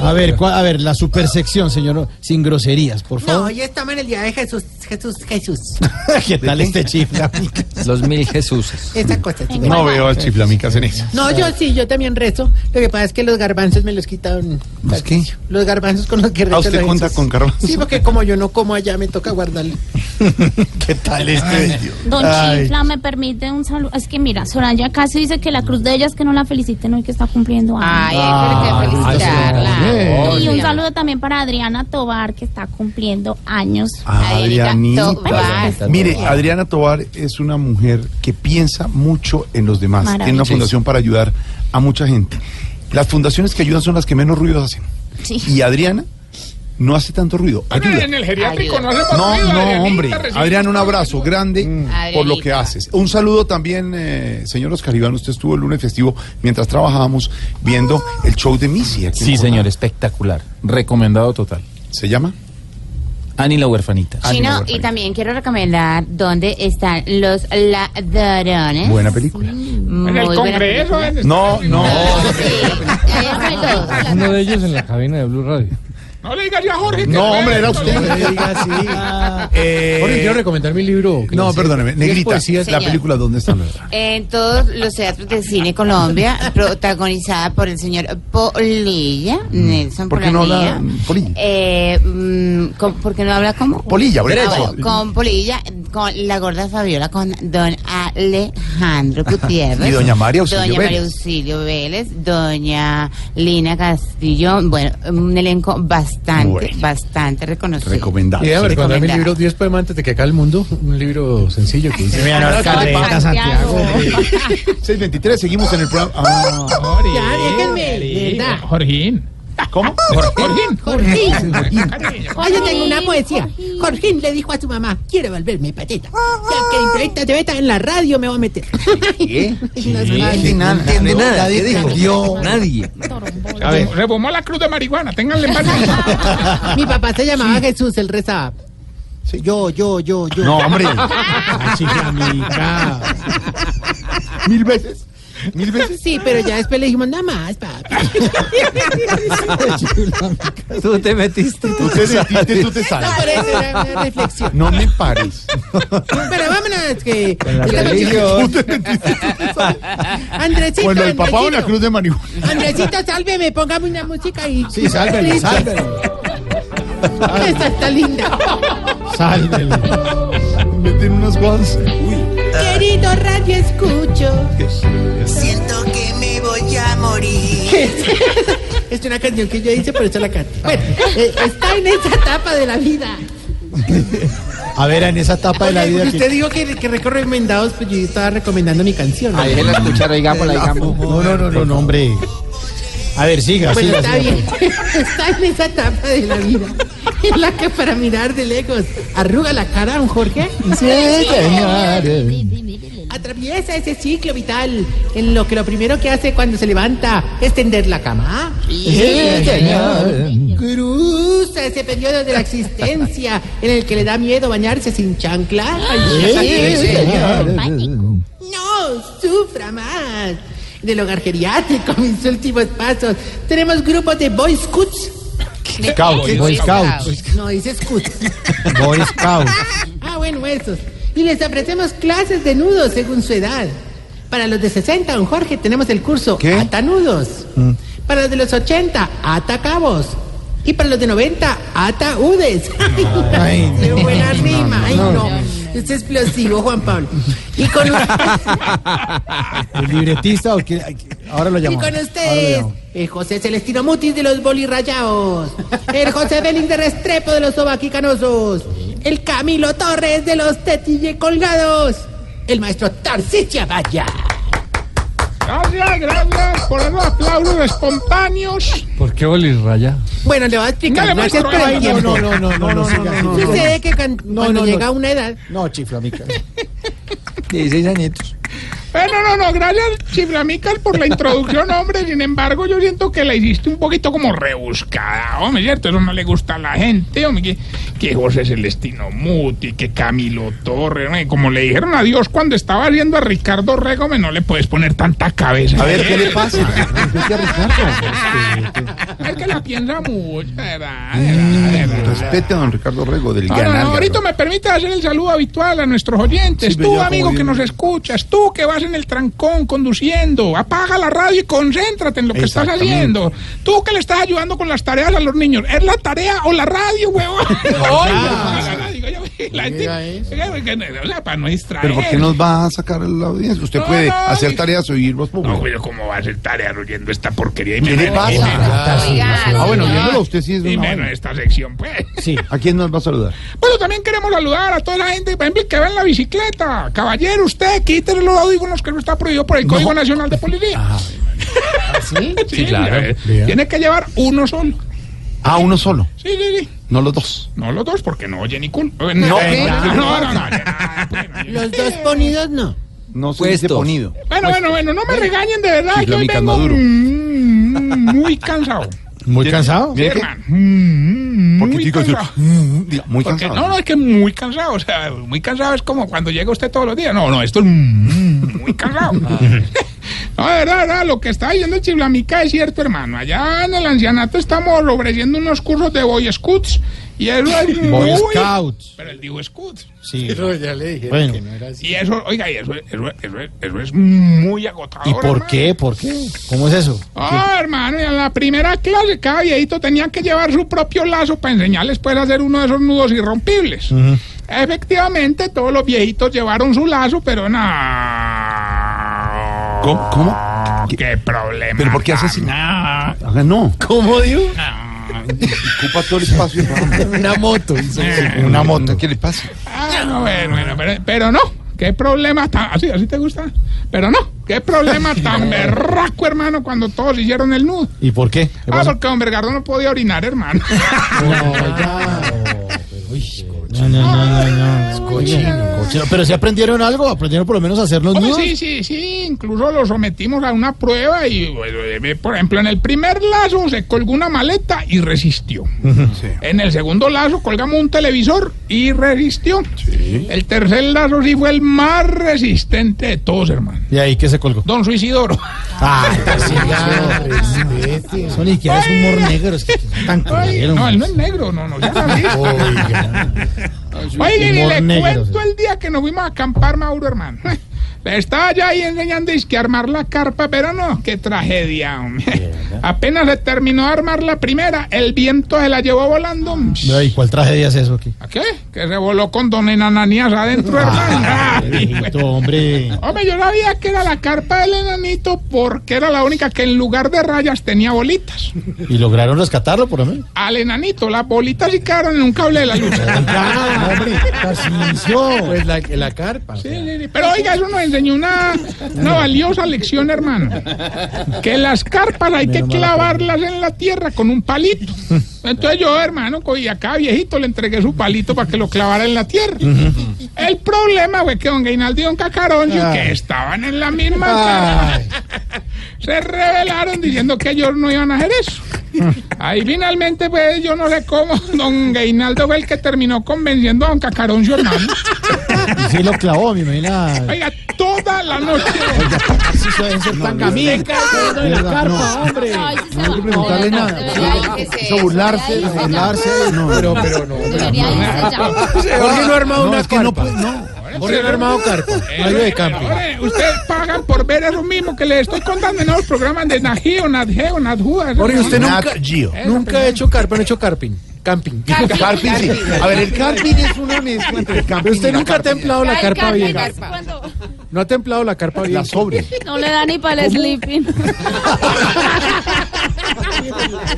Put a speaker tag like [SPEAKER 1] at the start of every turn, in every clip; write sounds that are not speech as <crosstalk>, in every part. [SPEAKER 1] A ver, ¿cuál- a ver, la supersección, señor, sin groserías, por
[SPEAKER 2] No,
[SPEAKER 1] favor.
[SPEAKER 2] hoy estamos en el día de Jesús, Jesús,
[SPEAKER 3] <laughs>
[SPEAKER 2] Jesús.
[SPEAKER 1] ¿Qué tal este chifla?
[SPEAKER 2] <laughs>
[SPEAKER 4] Los mil Jesuses.
[SPEAKER 2] Esa cosa, sí.
[SPEAKER 5] No veo a chiflamicas en eso.
[SPEAKER 2] No, yo sí, yo también rezo. Lo que pasa es que los garbanzos me los quitaron.
[SPEAKER 1] ¿Los qué?
[SPEAKER 2] Los garbanzos con los que rezo.
[SPEAKER 5] ¿A usted
[SPEAKER 2] los
[SPEAKER 5] cuenta
[SPEAKER 2] rezos.
[SPEAKER 5] con garbanzos?
[SPEAKER 2] Sí, porque como yo no como allá, me toca guardarle.
[SPEAKER 1] ¿Qué tal este?
[SPEAKER 6] Don
[SPEAKER 1] Ay.
[SPEAKER 6] Chifla, me permite un saludo. Es que mira, Soraya Castro dice que la cruz de ella es que no la feliciten hoy que está cumpliendo años.
[SPEAKER 7] Ay, hay que felicitarla.
[SPEAKER 6] y un saludo también para Adriana Tobar que está cumpliendo años.
[SPEAKER 7] Adrianita Tobar.
[SPEAKER 5] Mire, Adriana Tobar es una mujer que piensa mucho en los demás. Tiene una
[SPEAKER 6] Maravilloso.
[SPEAKER 5] fundación para ayudar a mucha gente. Las fundaciones que ayudan son las que menos ruido hacen.
[SPEAKER 6] Sí.
[SPEAKER 5] Y Adriana no hace tanto ruido.
[SPEAKER 8] Ah,
[SPEAKER 5] Ayuda.
[SPEAKER 7] el geriátrico no
[SPEAKER 5] No, no, hombre. Adrián, un abrazo grande por lo que
[SPEAKER 7] Adrianita.
[SPEAKER 5] haces. Un saludo también, eh, señor Oscar Iván. Usted estuvo el lunes festivo mientras trabajábamos viendo el show de Missy. aquí en
[SPEAKER 4] Sí,
[SPEAKER 5] Bogotá.
[SPEAKER 4] señor, espectacular. Recomendado total.
[SPEAKER 5] ¿Se llama?
[SPEAKER 4] Ani la huerfanita.
[SPEAKER 7] Chino, y también quiero recomendar dónde están los ladrones.
[SPEAKER 5] Buena película.
[SPEAKER 7] Muy buena película.
[SPEAKER 5] No, no.
[SPEAKER 7] Sí, ahí están todos.
[SPEAKER 3] Uno de ellos en la cabina de Blue Radio.
[SPEAKER 5] No le diga yo a Jorge. No, hombre, era usted. Eh,
[SPEAKER 3] Jorge, quiero recomendar mi libro. que
[SPEAKER 5] no,
[SPEAKER 3] lancé.
[SPEAKER 5] perdóneme.
[SPEAKER 3] Diez
[SPEAKER 5] Negrita,
[SPEAKER 3] poesías.
[SPEAKER 5] la
[SPEAKER 7] Señor.
[SPEAKER 5] película ¿Dónde está la verdad?
[SPEAKER 7] En todos los teatros de cine Colombia, protagonizada por el señor Polilla, Nelson
[SPEAKER 5] ¿Por qué no
[SPEAKER 7] Polanía.
[SPEAKER 5] habla mm, Polilla?
[SPEAKER 7] Eh, mm, con- ¿Por qué no habla como?
[SPEAKER 5] Polilla, por
[SPEAKER 7] Ah,
[SPEAKER 5] ejemplo.
[SPEAKER 7] bueno, Con Polilla, con la gorda Fabiola, con don Alejandro Gutiérrez.
[SPEAKER 5] Ah, Y doña María Auxilio
[SPEAKER 7] Doña María
[SPEAKER 5] Vélez.
[SPEAKER 7] Auxilio Vélez, doña Lina Castillo. Bueno, un elenco bastante,
[SPEAKER 5] Bueno.
[SPEAKER 7] bastante reconocido.
[SPEAKER 5] Recomendada.
[SPEAKER 3] Quiero recomendar mi
[SPEAKER 7] Recomendada.
[SPEAKER 3] libro 10 poemas antes de que acabe el mundo. Un libro sencillo que dice.
[SPEAKER 1] Carreta, Santiago.
[SPEAKER 5] <laughs> 623, seguimos en el programa. Ah,
[SPEAKER 2] Ya, déjenme. de verdad.
[SPEAKER 5] ¿Cómo?
[SPEAKER 2] Jorgín. Ay, yo tengo una
[SPEAKER 6] Jorgín,
[SPEAKER 2] poesía.
[SPEAKER 6] Jorgín.
[SPEAKER 2] Jorgín le dijo a su mamá, quiero volverme pateta.
[SPEAKER 6] Ah,
[SPEAKER 2] Ya que imprevista te metas en la radio, me voy a meter. <laughs> No es mal.
[SPEAKER 1] No entiende nada. Nadie entendió. Nadie.
[SPEAKER 5] A ver.
[SPEAKER 8] Rebomó la cruz de marihuana, ténganle más.
[SPEAKER 2] Mi papá se llamaba Jesús, él rezaba. Yo, yo, yo, yo.
[SPEAKER 5] No, hombre.
[SPEAKER 3] Ah, chiflamica.
[SPEAKER 5] <laughs> Mil veces. Mil veces.
[SPEAKER 2] Sí, pero ya después le dijimos, nada más,
[SPEAKER 5] <laughs>
[SPEAKER 2] papi.
[SPEAKER 4] Tú te metiste.
[SPEAKER 5] Tú te sentiste, tú te
[SPEAKER 2] No,
[SPEAKER 5] sales.
[SPEAKER 2] por eso era una reflexión.
[SPEAKER 5] No me <laughs> pares.
[SPEAKER 2] Pero vámonos, que. esta
[SPEAKER 5] Tú te metiste, tú te sales.
[SPEAKER 2] canción- <laughs> Andresito,
[SPEAKER 5] Bueno, el papá o la
[SPEAKER 2] Andresito,
[SPEAKER 5] cruz de marihuana.
[SPEAKER 2] Andresito, sálveme, póngame una música ahí.
[SPEAKER 3] Sí,
[SPEAKER 2] <laughs>
[SPEAKER 3] sálvelo, sálvelo.
[SPEAKER 2] Esta está linda.
[SPEAKER 5] <laughs>
[SPEAKER 3] Sálvelo.
[SPEAKER 5] Meten unas cosas. Uy.
[SPEAKER 2] Querido radio, escucho.
[SPEAKER 9] Siento que me voy a morir.
[SPEAKER 2] Es <laughs> una canción que yo hice, pero esa la canto. Bueno, eh, está en esa etapa de la vida.
[SPEAKER 1] A ver, en esa etapa de la
[SPEAKER 2] Oye,
[SPEAKER 1] vida.
[SPEAKER 2] usted
[SPEAKER 1] que-
[SPEAKER 2] dijo que, que recomendados, pues yo estaba recomendando mi canción. ¿no?
[SPEAKER 4] Déjela escuchar, oigámosla, digamos.
[SPEAKER 1] No, no, no, no, no, hombre. A ver, siga,
[SPEAKER 2] Bueno,
[SPEAKER 1] siga.
[SPEAKER 2] Pues
[SPEAKER 1] siga.
[SPEAKER 2] está bien. <laughs> Está en esa etapa de la vida en la que para mirar de lejos arruga la cara a un Jorge.
[SPEAKER 1] Sí, señores.
[SPEAKER 2] Atraviesa ese ciclo vital en lo que lo primero que hace cuando se levanta es tender la cama.
[SPEAKER 1] Sí,
[SPEAKER 2] Eh,
[SPEAKER 1] señores.
[SPEAKER 2] Cruza ese periodo de la existencia en el que le da miedo bañarse sin chancla.
[SPEAKER 1] Sí, señores.
[SPEAKER 2] No, sufra más. En el hogar geriátrico, <laughs> mis últimos pasos. Tenemos grupos de Boy Scouts.
[SPEAKER 1] Boy Scouts.
[SPEAKER 2] No, dice Scouts.
[SPEAKER 1] Boy Scouts.
[SPEAKER 2] Ah, bueno, esos. Y les ofrecemos clases de nudos según su edad. Para los de 60, don Jorge, tenemos el curso
[SPEAKER 5] ¿Qué?
[SPEAKER 2] Atanudos. Para los de los 80, Atacabos. Y para los de 90, Ataudes. <laughs> Ay, qué buena rima. Ay, no. Es explosivo, Juan Pablo. Y <laughs> con,
[SPEAKER 1] ¿El libretista o qué? Ahora lo
[SPEAKER 2] y
[SPEAKER 1] llamamos.
[SPEAKER 2] con
[SPEAKER 1] Ahora lo
[SPEAKER 2] ustedes,
[SPEAKER 1] llamamos.
[SPEAKER 2] el José Celestino Mutis de los Bolirrayados. El José Félix de Restrepo de los Sobaquicanosos. El Camilo Torres de los Tetille Colgados. el maestro Tarcisio Vaya.
[SPEAKER 8] Gracias, gracias por esos aplausos espontáneos.
[SPEAKER 3] ¿Por qué Oli Raya?
[SPEAKER 2] Bueno, le voy a explicar.
[SPEAKER 8] Dale,
[SPEAKER 2] gracias
[SPEAKER 8] maestro,
[SPEAKER 2] por
[SPEAKER 8] ay,
[SPEAKER 2] el
[SPEAKER 8] no,
[SPEAKER 2] tiempo.
[SPEAKER 1] No, no, no, no, no, siga, siga.
[SPEAKER 2] Sucede que can- cuando
[SPEAKER 1] no, no.
[SPEAKER 2] llega a una edad,
[SPEAKER 1] No, <laughs> chiflamica.
[SPEAKER 4] 16 añitos.
[SPEAKER 8] Pero Eh, no, no, gracias, Chiflamicas, por la introducción, hombre. Sin embargo, yo siento que la hiciste un poquito como rebuscada, hombre, ¿cierto? Eso no le gusta a la gente, hombre. Que, que José Celestino Muti, que Camilo Torre, hombre, Como le dijeron adiós cuando estaba haciendo a Ricardo Rego, hombre, no le puedes poner tanta cabeza.
[SPEAKER 5] A ver, ¿qué
[SPEAKER 1] <laughs>
[SPEAKER 5] le pasa? Respete a Ricardo.
[SPEAKER 8] Es que la piensa mucho, ¿verdad?
[SPEAKER 5] Mm,
[SPEAKER 8] ¿verdad? ¿verdad?
[SPEAKER 5] <laughs> Respete a don Ricardo Rego del
[SPEAKER 8] Ahora,
[SPEAKER 5] Ganal,
[SPEAKER 8] no, ahorita
[SPEAKER 5] Garro.
[SPEAKER 8] me permite hacer el saludo habitual a nuestros oyentes.
[SPEAKER 5] Sí, pero
[SPEAKER 8] tú,
[SPEAKER 5] ya
[SPEAKER 8] amigo
[SPEAKER 5] como
[SPEAKER 8] que
[SPEAKER 5] bien.
[SPEAKER 8] nos escuchas, tú que vas en el trancón conduciendo, apaga la radio y concéntrate en lo que estás
[SPEAKER 5] Exactamente.
[SPEAKER 8] haciendo. Tú que le estás ayudando con las tareas a los niños, ¿es la tarea o la radio,
[SPEAKER 5] <laughs>
[SPEAKER 8] huevón? <laughs> Oiga, la radio, oiga, la gente- oiga, oiga, o sea, para no distraer.
[SPEAKER 5] Pero ¿por qué nos va a sacar la audiencia? Usted
[SPEAKER 8] No,
[SPEAKER 5] puede
[SPEAKER 8] no,
[SPEAKER 5] hacer
[SPEAKER 8] mi-
[SPEAKER 5] tareas o oír voz pública.
[SPEAKER 8] No, pero ¿cómo va a hacer tarea oyendo esta porquería? Y
[SPEAKER 5] ¿Qué le
[SPEAKER 8] menos-
[SPEAKER 5] pasa?
[SPEAKER 7] Oiga,
[SPEAKER 5] Ah, este. bueno,
[SPEAKER 7] señor.
[SPEAKER 5] viéndolo usted sí es
[SPEAKER 8] Y
[SPEAKER 5] una
[SPEAKER 8] menos
[SPEAKER 5] vaina.
[SPEAKER 8] esta sección, pues.
[SPEAKER 1] Sí.
[SPEAKER 5] ¿A quién nos va a saludar?
[SPEAKER 8] Bueno, también queremos saludar a toda la gente, por ejemplo, que va en la bicicleta. Caballero, usted quítese los audífonos que no está prohibido por el Código Nacional de Policía.
[SPEAKER 7] ¿Sí?
[SPEAKER 8] <laughs> Sí,
[SPEAKER 3] claro.
[SPEAKER 8] mira,
[SPEAKER 3] Bien.
[SPEAKER 8] Tiene que llevar uno solo.
[SPEAKER 5] Ah, uno solo,
[SPEAKER 8] Sí, sí, sí.
[SPEAKER 5] no los dos.
[SPEAKER 8] No los dos, porque no oye ni culo. No,
[SPEAKER 5] ¿qué?
[SPEAKER 8] no, no, no, no, no, no.
[SPEAKER 2] los dos ponidos no.
[SPEAKER 5] No se dice
[SPEAKER 4] Puestos.
[SPEAKER 5] ponido.
[SPEAKER 8] Bueno, bueno, bueno, no me regañen de verdad. que hoy
[SPEAKER 5] Islamicas
[SPEAKER 8] vengo
[SPEAKER 5] Maduro.
[SPEAKER 8] mm, muy cansado.
[SPEAKER 1] Muy cansado.
[SPEAKER 8] Sí,
[SPEAKER 5] Mire que-
[SPEAKER 8] hermano. Mm,
[SPEAKER 5] Porque
[SPEAKER 8] muy
[SPEAKER 5] tico decir,
[SPEAKER 8] cansado.
[SPEAKER 5] mm, diga, muy
[SPEAKER 8] Porque-
[SPEAKER 5] cansado.
[SPEAKER 8] No, no, es que muy cansado. O sea, muy cansado es como cuando llega usted todos los días. No, no, esto es mm, muy cansado. <laughs> No, de verdad, de verdad, lo que está diciendo Chiblamica es cierto, hermano. Allá en el ancianato estamos ofreciendo unos cursos de Boy Scouts. Y eso es
[SPEAKER 1] <laughs> Boy
[SPEAKER 8] muy-
[SPEAKER 1] Scouts.
[SPEAKER 8] Pero él dijo Scouts.
[SPEAKER 1] Sí.
[SPEAKER 3] Pero ya le dije
[SPEAKER 1] Bueno.
[SPEAKER 3] que no era así.
[SPEAKER 8] Y eso, oiga, y eso, eso- eso- eso es muy agotador.
[SPEAKER 1] ¿Y por
[SPEAKER 8] hermano.
[SPEAKER 1] qué? ¿Por qué? ¿Cómo es eso?
[SPEAKER 8] Ah, hermano, y en la primera clase cada viejito tenía que llevar su propio lazo para enseñarles pues, a hacer uno de esos nudos irrompibles. Efectivamente, todos los viejitos llevaron su lazo, pero nada.
[SPEAKER 5] ¿Cómo? ¿Cómo?
[SPEAKER 8] ¿Qué, problema?
[SPEAKER 5] ¿Pero por qué asesina?
[SPEAKER 8] nada.
[SPEAKER 5] Haga Ah, no.
[SPEAKER 1] ¿Cómo digo?
[SPEAKER 5] Ocupa todo el espacio. <laughs>
[SPEAKER 1] Una moto.
[SPEAKER 5] Eh, Una moto, ¿qué le pasa?
[SPEAKER 8] Ah, no, bueno, bueno, pero, pero no. ¿Qué problema tan... Así, así te gusta. Pero no. ¿Qué problema tan berraco, hermano, cuando todos hicieron el nudo?
[SPEAKER 1] ¿Y por qué? ¿Qué
[SPEAKER 8] Ah,
[SPEAKER 1] pasa?
[SPEAKER 8] porque don Bergardo no podía orinar, hermano.
[SPEAKER 1] No, no, no, no, no. Cochino, cochino. Pero si aprendieron algo, aprendieron por lo menos a hacer los
[SPEAKER 8] Hombre,
[SPEAKER 1] nudos.
[SPEAKER 8] sí, sí, sí, incluso lo sometimos a una prueba y, bueno, eh, por ejemplo, en el primer lazo se colgó una maleta y resistió. En el segundo lazo colgamos un televisor y resistió. El tercer lazo sí fue el más resistente de todos, hermano.
[SPEAKER 1] Y ahí que se colgó.
[SPEAKER 8] Don Suicidoro.
[SPEAKER 1] Ay, siga, respete. Son ni siquiera es humor negro, es que tan
[SPEAKER 8] Ay,
[SPEAKER 1] cruel.
[SPEAKER 8] no,
[SPEAKER 1] hombre.
[SPEAKER 8] él no es negro, no, no. ya sabía.
[SPEAKER 1] Oiga.
[SPEAKER 8] Oye, y
[SPEAKER 1] humor
[SPEAKER 8] le
[SPEAKER 1] negro,
[SPEAKER 8] cuento
[SPEAKER 1] sí.
[SPEAKER 8] el día que nos fuimos a acampar, Mauro, hermano. <laughs> Le estaba ya ahí enseñando es que a armar la carpa, pero no, qué tragedia, hombre. Apenas se terminó de armar la primera, el viento se la llevó volando.
[SPEAKER 1] Ay, ¿cuál tragedia es eso aquí?
[SPEAKER 8] ¿A qué? Que se voló con don Enananías adentro,
[SPEAKER 1] Ah.
[SPEAKER 8] hermano. Ay, güey.
[SPEAKER 1] Esto, hombre.
[SPEAKER 8] Hombre, yo sabía que era la carpa del enanito porque era la única que en lugar de rayas tenía bolitas.
[SPEAKER 1] Y lograron rescatarlo por lo menos.
[SPEAKER 8] Al enanito, las bolitas sí quedaron en un cable de la
[SPEAKER 1] <laughs>
[SPEAKER 8] luz.
[SPEAKER 1] Ah. Claro, hombre, Tarcisio.
[SPEAKER 3] Pues la, la carpa.
[SPEAKER 8] Sí, sí, sí. Pero oiga, eso nos enseñó una, una valiosa lección, hermano. Que las carpas hay que clavarlas en la tierra con un palito. Entonces yo, hermano, cogí acá, viejito, le entregué su palito para que lo clavara en la tierra. El problema fue que don Gainaldo y don Cacaroncio, que estaban en la misma sala, se revelaron diciendo que ellos no iban a hacer eso. Ahí finalmente, pues, yo no sé cómo, don Gainaldo fue el que terminó convenciendo a don Cacaroncio, hermano.
[SPEAKER 1] Y sí lo clavó, me imagina.
[SPEAKER 8] Oiga, toda la noche.
[SPEAKER 1] Tarcisio deben ser tan gamín.
[SPEAKER 2] Ah,
[SPEAKER 1] De la carpa, hombre.
[SPEAKER 6] Ay, sí
[SPEAKER 5] No
[SPEAKER 6] se
[SPEAKER 5] hay que
[SPEAKER 6] va.
[SPEAKER 5] preguntarle
[SPEAKER 6] Oiga,
[SPEAKER 5] nada.
[SPEAKER 6] debería irse,
[SPEAKER 5] Eso burlarse,
[SPEAKER 6] debería irse
[SPEAKER 5] burlarse. No,
[SPEAKER 3] Pero, pero no.
[SPEAKER 6] ya. Debería irse ya.
[SPEAKER 3] Jorge no ha armado
[SPEAKER 5] no,
[SPEAKER 3] una
[SPEAKER 5] es que no
[SPEAKER 3] carpa.
[SPEAKER 5] puede. No.
[SPEAKER 3] Jorge no ha armado carpa. Algo de campo.
[SPEAKER 8] Ahora, Ustedes pagan por ver eso mismo que les estoy contando en los programas de Najío, Nadgeo, Nadjúa. eso
[SPEAKER 3] Jorge,
[SPEAKER 8] no.
[SPEAKER 3] usted nunca,
[SPEAKER 5] Nat Geo.
[SPEAKER 3] nunca ha hecho carpa, no ha hecho carping. Camping.
[SPEAKER 5] Carping, sí. A ver, el carping es una mezcla entre el camping
[SPEAKER 3] Usted
[SPEAKER 5] y la
[SPEAKER 3] nunca ha
[SPEAKER 5] carpa.
[SPEAKER 3] templado la
[SPEAKER 6] Ay,
[SPEAKER 3] carpa
[SPEAKER 6] Carmen,
[SPEAKER 3] bien.
[SPEAKER 6] es cuando
[SPEAKER 3] No ha templado la carpa bien.
[SPEAKER 5] La sobre.
[SPEAKER 6] No le da ni para el sleeping.
[SPEAKER 5] <laughs>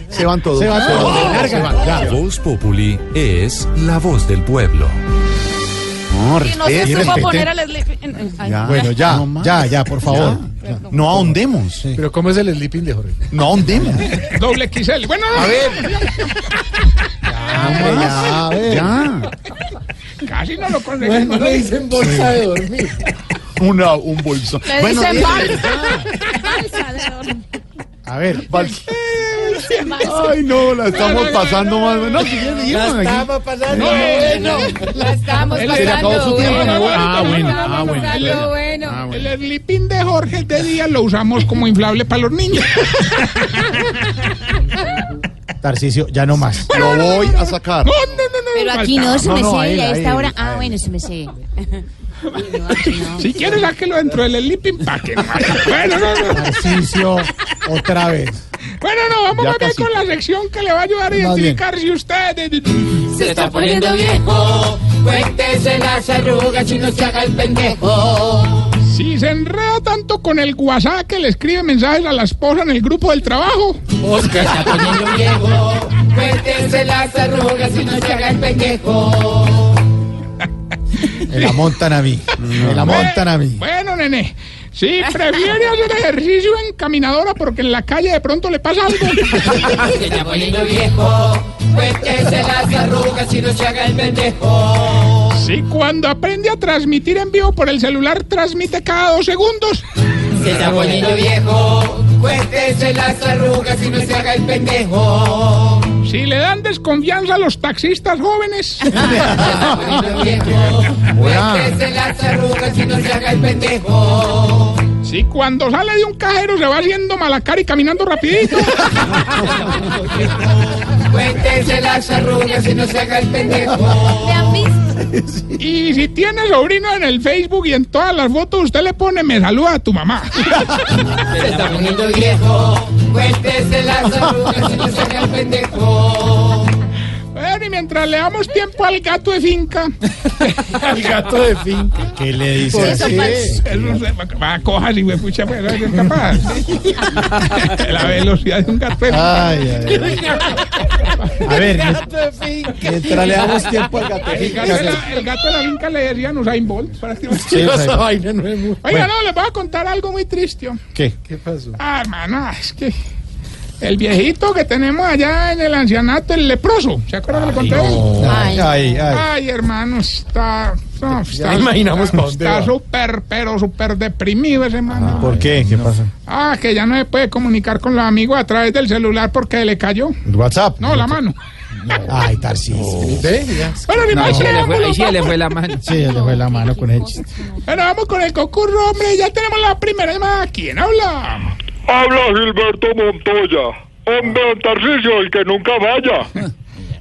[SPEAKER 5] Se van todos. Ah, Se van
[SPEAKER 3] Larga, larga.
[SPEAKER 10] Voz Populi es la voz del pueblo.
[SPEAKER 5] No,
[SPEAKER 2] Y no se supo
[SPEAKER 5] respete, respete.
[SPEAKER 2] poner al slip- en- en- ay,
[SPEAKER 1] Bueno, ya, ya, ya, por favor.
[SPEAKER 5] No ahondemos.
[SPEAKER 11] Pero ¿cómo es el sleeping de Jorge?
[SPEAKER 5] No ahondemos.
[SPEAKER 8] Doble XL. Bueno,
[SPEAKER 11] A ver.
[SPEAKER 5] Ah, Ya, ya.
[SPEAKER 8] Casi no lo conseguimos.
[SPEAKER 11] Bueno, le dicen bolsa de
[SPEAKER 5] <laughs>
[SPEAKER 11] dormir.
[SPEAKER 5] Una, un bolsón.
[SPEAKER 2] Le
[SPEAKER 5] Bueno,
[SPEAKER 2] dicen
[SPEAKER 5] dile-
[SPEAKER 2] balsa. Balsa de dormir.
[SPEAKER 5] A ver, Val-
[SPEAKER 2] Balsa.
[SPEAKER 5] Ay, no, la estamos pasando mal. No, si bien, díganos aquí.
[SPEAKER 2] pasando
[SPEAKER 5] No,
[SPEAKER 2] bueno. La estamos
[SPEAKER 5] Él se le acabó
[SPEAKER 2] pasando
[SPEAKER 5] su tiempo,
[SPEAKER 2] bueno.
[SPEAKER 5] me voy. Ah, bueno,
[SPEAKER 2] La estamos
[SPEAKER 5] ah, bueno,
[SPEAKER 2] pasando
[SPEAKER 5] bueno.
[SPEAKER 2] bueno.
[SPEAKER 8] El slipín de Jorge de día lo usamos como inflable para los niños. <laughs>
[SPEAKER 1] Tarcicio, ya no más.
[SPEAKER 5] Lo voy a sacar. Ah.
[SPEAKER 8] No, no, no, no.
[SPEAKER 7] Pero aquí no,
[SPEAKER 8] faltaba.
[SPEAKER 7] su
[SPEAKER 1] No, no,
[SPEAKER 7] merced,
[SPEAKER 1] a él,
[SPEAKER 7] y a
[SPEAKER 1] a
[SPEAKER 7] esta
[SPEAKER 1] él,
[SPEAKER 7] hora. Ah, bueno, su merced.
[SPEAKER 8] Si quieres, sáquelo dentro del sleeping para que no haya- Bueno, no, no.
[SPEAKER 1] Tarcicio, otra vez.
[SPEAKER 8] Bueno, no, vamos
[SPEAKER 1] Ya
[SPEAKER 8] a ver
[SPEAKER 1] casi.
[SPEAKER 8] con la sección que le va a ayudar a
[SPEAKER 1] Más bien.
[SPEAKER 8] identificar si usted.
[SPEAKER 2] Se está poniendo viejo. Cuéntese las arrugas y no se haga el pendejo.
[SPEAKER 8] Si se enreda tanto con el WhatsApp que le escribe mensajes a la esposa en el grupo del trabajo.
[SPEAKER 2] Oscar se está poniendo viejo. Cuéntese las arrugas y no se haga el pendejo.
[SPEAKER 1] Me la montan a mí. Me la montan a mí.
[SPEAKER 8] Bueno, nene. Si prefiere hacer ejercicio en caminadora porque en la calle de pronto le pasa algo.
[SPEAKER 1] <laughs>
[SPEAKER 2] Se está poniendo viejo. Cuéntese las arrugas y no se haga el pendejo.
[SPEAKER 8] Si cuando aprende a transmitir en vivo por el celular transmite cada dos segundos.
[SPEAKER 2] Se está poniendo viejo. Cuéntese las arrugas y no se haga el pendejo.
[SPEAKER 8] Si le dan desconfianza a los taxistas jóvenes.
[SPEAKER 2] Se está poniendo viejo. Cuéntese las arrugas y no se haga el pendejo.
[SPEAKER 8] Si cuando sale de un cajero se va haciendo mala cara y caminando rapidito.
[SPEAKER 2] Cuéntese las arrugas y no se haga el pendejo. ¿Te han visto?
[SPEAKER 8] Y si tiene sobrino en el Facebook y en todas las fotos usted le pone me saluda a tu mamá.
[SPEAKER 2] Se está poniendo viejo. Cuéntese las arrugas y no se haga el pendejo.
[SPEAKER 8] Bueno, y mientras le damos tiempo al gato de finca.
[SPEAKER 11] El gato de finca.
[SPEAKER 1] ¿Qué le dice?
[SPEAKER 8] Eso se va- va a cojas y me pucha, pues, no es capaz. <laughs> La velocidad de un gato de
[SPEAKER 11] Ah,
[SPEAKER 8] finca.
[SPEAKER 1] Ay, ay, ay. A ver, mientras le damos tiempo al gato.
[SPEAKER 8] El gato, de la, el gato de la finca le decían Usain Bolt. prácticamente.
[SPEAKER 1] Sí, o sea,
[SPEAKER 11] vaina no es muy...
[SPEAKER 8] Oiga, no, les voy a contar algo muy triste.
[SPEAKER 1] ¿Qué?
[SPEAKER 11] ¿Qué pasó?
[SPEAKER 8] Ah, hermano, es que el viejito que tenemos allá en el ancianato, el leproso, ¿se acuerdan que le conté?
[SPEAKER 1] Ay, ay, ay.
[SPEAKER 8] Ay, hermano, está. no, está
[SPEAKER 11] Ya imaginamos pa' dónde
[SPEAKER 8] Está
[SPEAKER 11] va.
[SPEAKER 8] súper, pero súper deprimido ese hermano.
[SPEAKER 1] ¿Por qué? ¿Qué pasa?
[SPEAKER 8] Ah, que ya no se puede comunicar con los amigos a través del celular porque le cayó.
[SPEAKER 1] ¿El WhatsApp?
[SPEAKER 8] No, la mano.
[SPEAKER 1] Ay, Tarcicio.
[SPEAKER 8] Bueno, ni más
[SPEAKER 12] Ahí sí le fue-
[SPEAKER 8] preámbulos,
[SPEAKER 12] ahí sí
[SPEAKER 8] vamos.
[SPEAKER 12] le fue la mano.
[SPEAKER 1] Sí, le fue la mano con el chiste.
[SPEAKER 8] Bueno, vamos con el concurso, hombre. Ya tenemos la primera llamada. ¿Quién habla?
[SPEAKER 13] Habla Gilberto Montoya. Hombre, Tarcisio, el que nunca vaya.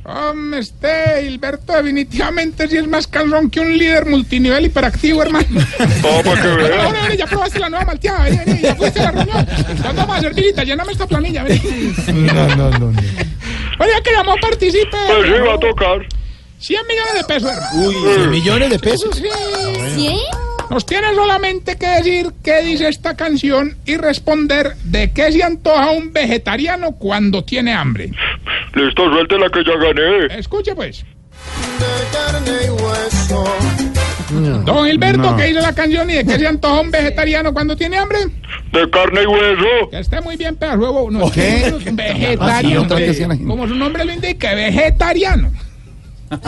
[SPEAKER 8] <laughs> Hombre, este Gilberto definitivamente sí es más calrón que un líder multinivel hiperactivo,
[SPEAKER 13] <laughs>
[SPEAKER 8] hermano.
[SPEAKER 13] Ah, para que
[SPEAKER 8] Ahora,
[SPEAKER 13] veas.
[SPEAKER 8] ahora, ahora, ya probaste la nueva malteada, vení, vení, ya fuiste a la reunión. ¿Cuándo vamos a hacer visita? Lléname esta planilla, vení.
[SPEAKER 1] No, no, no. no.
[SPEAKER 8] Oye, que llamó, participe.
[SPEAKER 13] Pues sí, va a tocar.
[SPEAKER 8] 100 millones de pesos, hermano.
[SPEAKER 1] Uy, ¿cien millones de pesos?
[SPEAKER 8] Sí.
[SPEAKER 14] ¿Sí?
[SPEAKER 8] Nos tiene solamente que decir qué dice esta canción y responder de qué se antoja un vegetariano cuando tiene hambre.
[SPEAKER 13] Listo, suelte la que ya gané.
[SPEAKER 8] Escuche, pues. Don Gilberto, ¿qué dice la canción y de qué se antoja un vegetariano cuando tiene hambre?
[SPEAKER 13] De carne y hueso.
[SPEAKER 8] Que esté muy bien, pedazo de huevo. No,
[SPEAKER 5] ¿Qué?
[SPEAKER 8] Vegetariano.
[SPEAKER 5] otra que sí, imagínate.
[SPEAKER 8] Como su nombre lo indica, vegetariano.
[SPEAKER 13] Eso.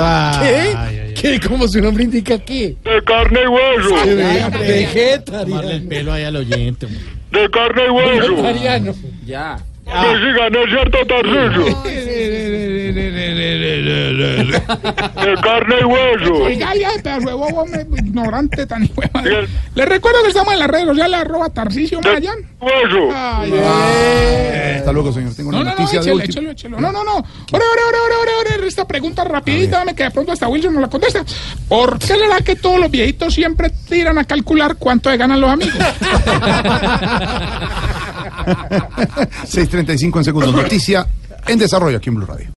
[SPEAKER 1] Ay,
[SPEAKER 11] ¿Qué?
[SPEAKER 12] <laughs>
[SPEAKER 11] ¿Qué? ¿Cómo su nombre indica qué?
[SPEAKER 13] De carne y hueso.
[SPEAKER 1] Tomarle el
[SPEAKER 11] Vegetariano.
[SPEAKER 1] pelo ahí al oyente. hombre.
[SPEAKER 13] De carne y hueso.
[SPEAKER 11] Vegetariano.
[SPEAKER 12] Ya.
[SPEAKER 13] Que si gané, ¿cierto, Tarcisio? De carne y
[SPEAKER 8] Oiga,
[SPEAKER 13] hueso.
[SPEAKER 8] ya, pedazo de bobo, hombre, ignorante tan hijo de madre.
[SPEAKER 13] Bien.
[SPEAKER 8] Les recuerdo que estamos en las redes sociales, arroba Tarcicio Mayan.
[SPEAKER 13] Hueso.
[SPEAKER 8] Ay, ay.
[SPEAKER 5] Hasta luego, señor. Tengo
[SPEAKER 8] No,
[SPEAKER 5] una
[SPEAKER 8] no, no,
[SPEAKER 5] noticia de
[SPEAKER 8] échelo,
[SPEAKER 5] <laughs>
[SPEAKER 8] échelo,
[SPEAKER 5] último.
[SPEAKER 8] échelo. No, no, no. Ore, ore, ore, ore, ore, ore. Esta pregunta rapidita, dame que de pronto hasta Wilson nos la contesta. ¿Por qué será que todos los viejitos siempre tiran a calcular cuánto le ganan los amigos?
[SPEAKER 5] 6.35 en segundos. Noticia en desarrollo aquí en Blue Radio.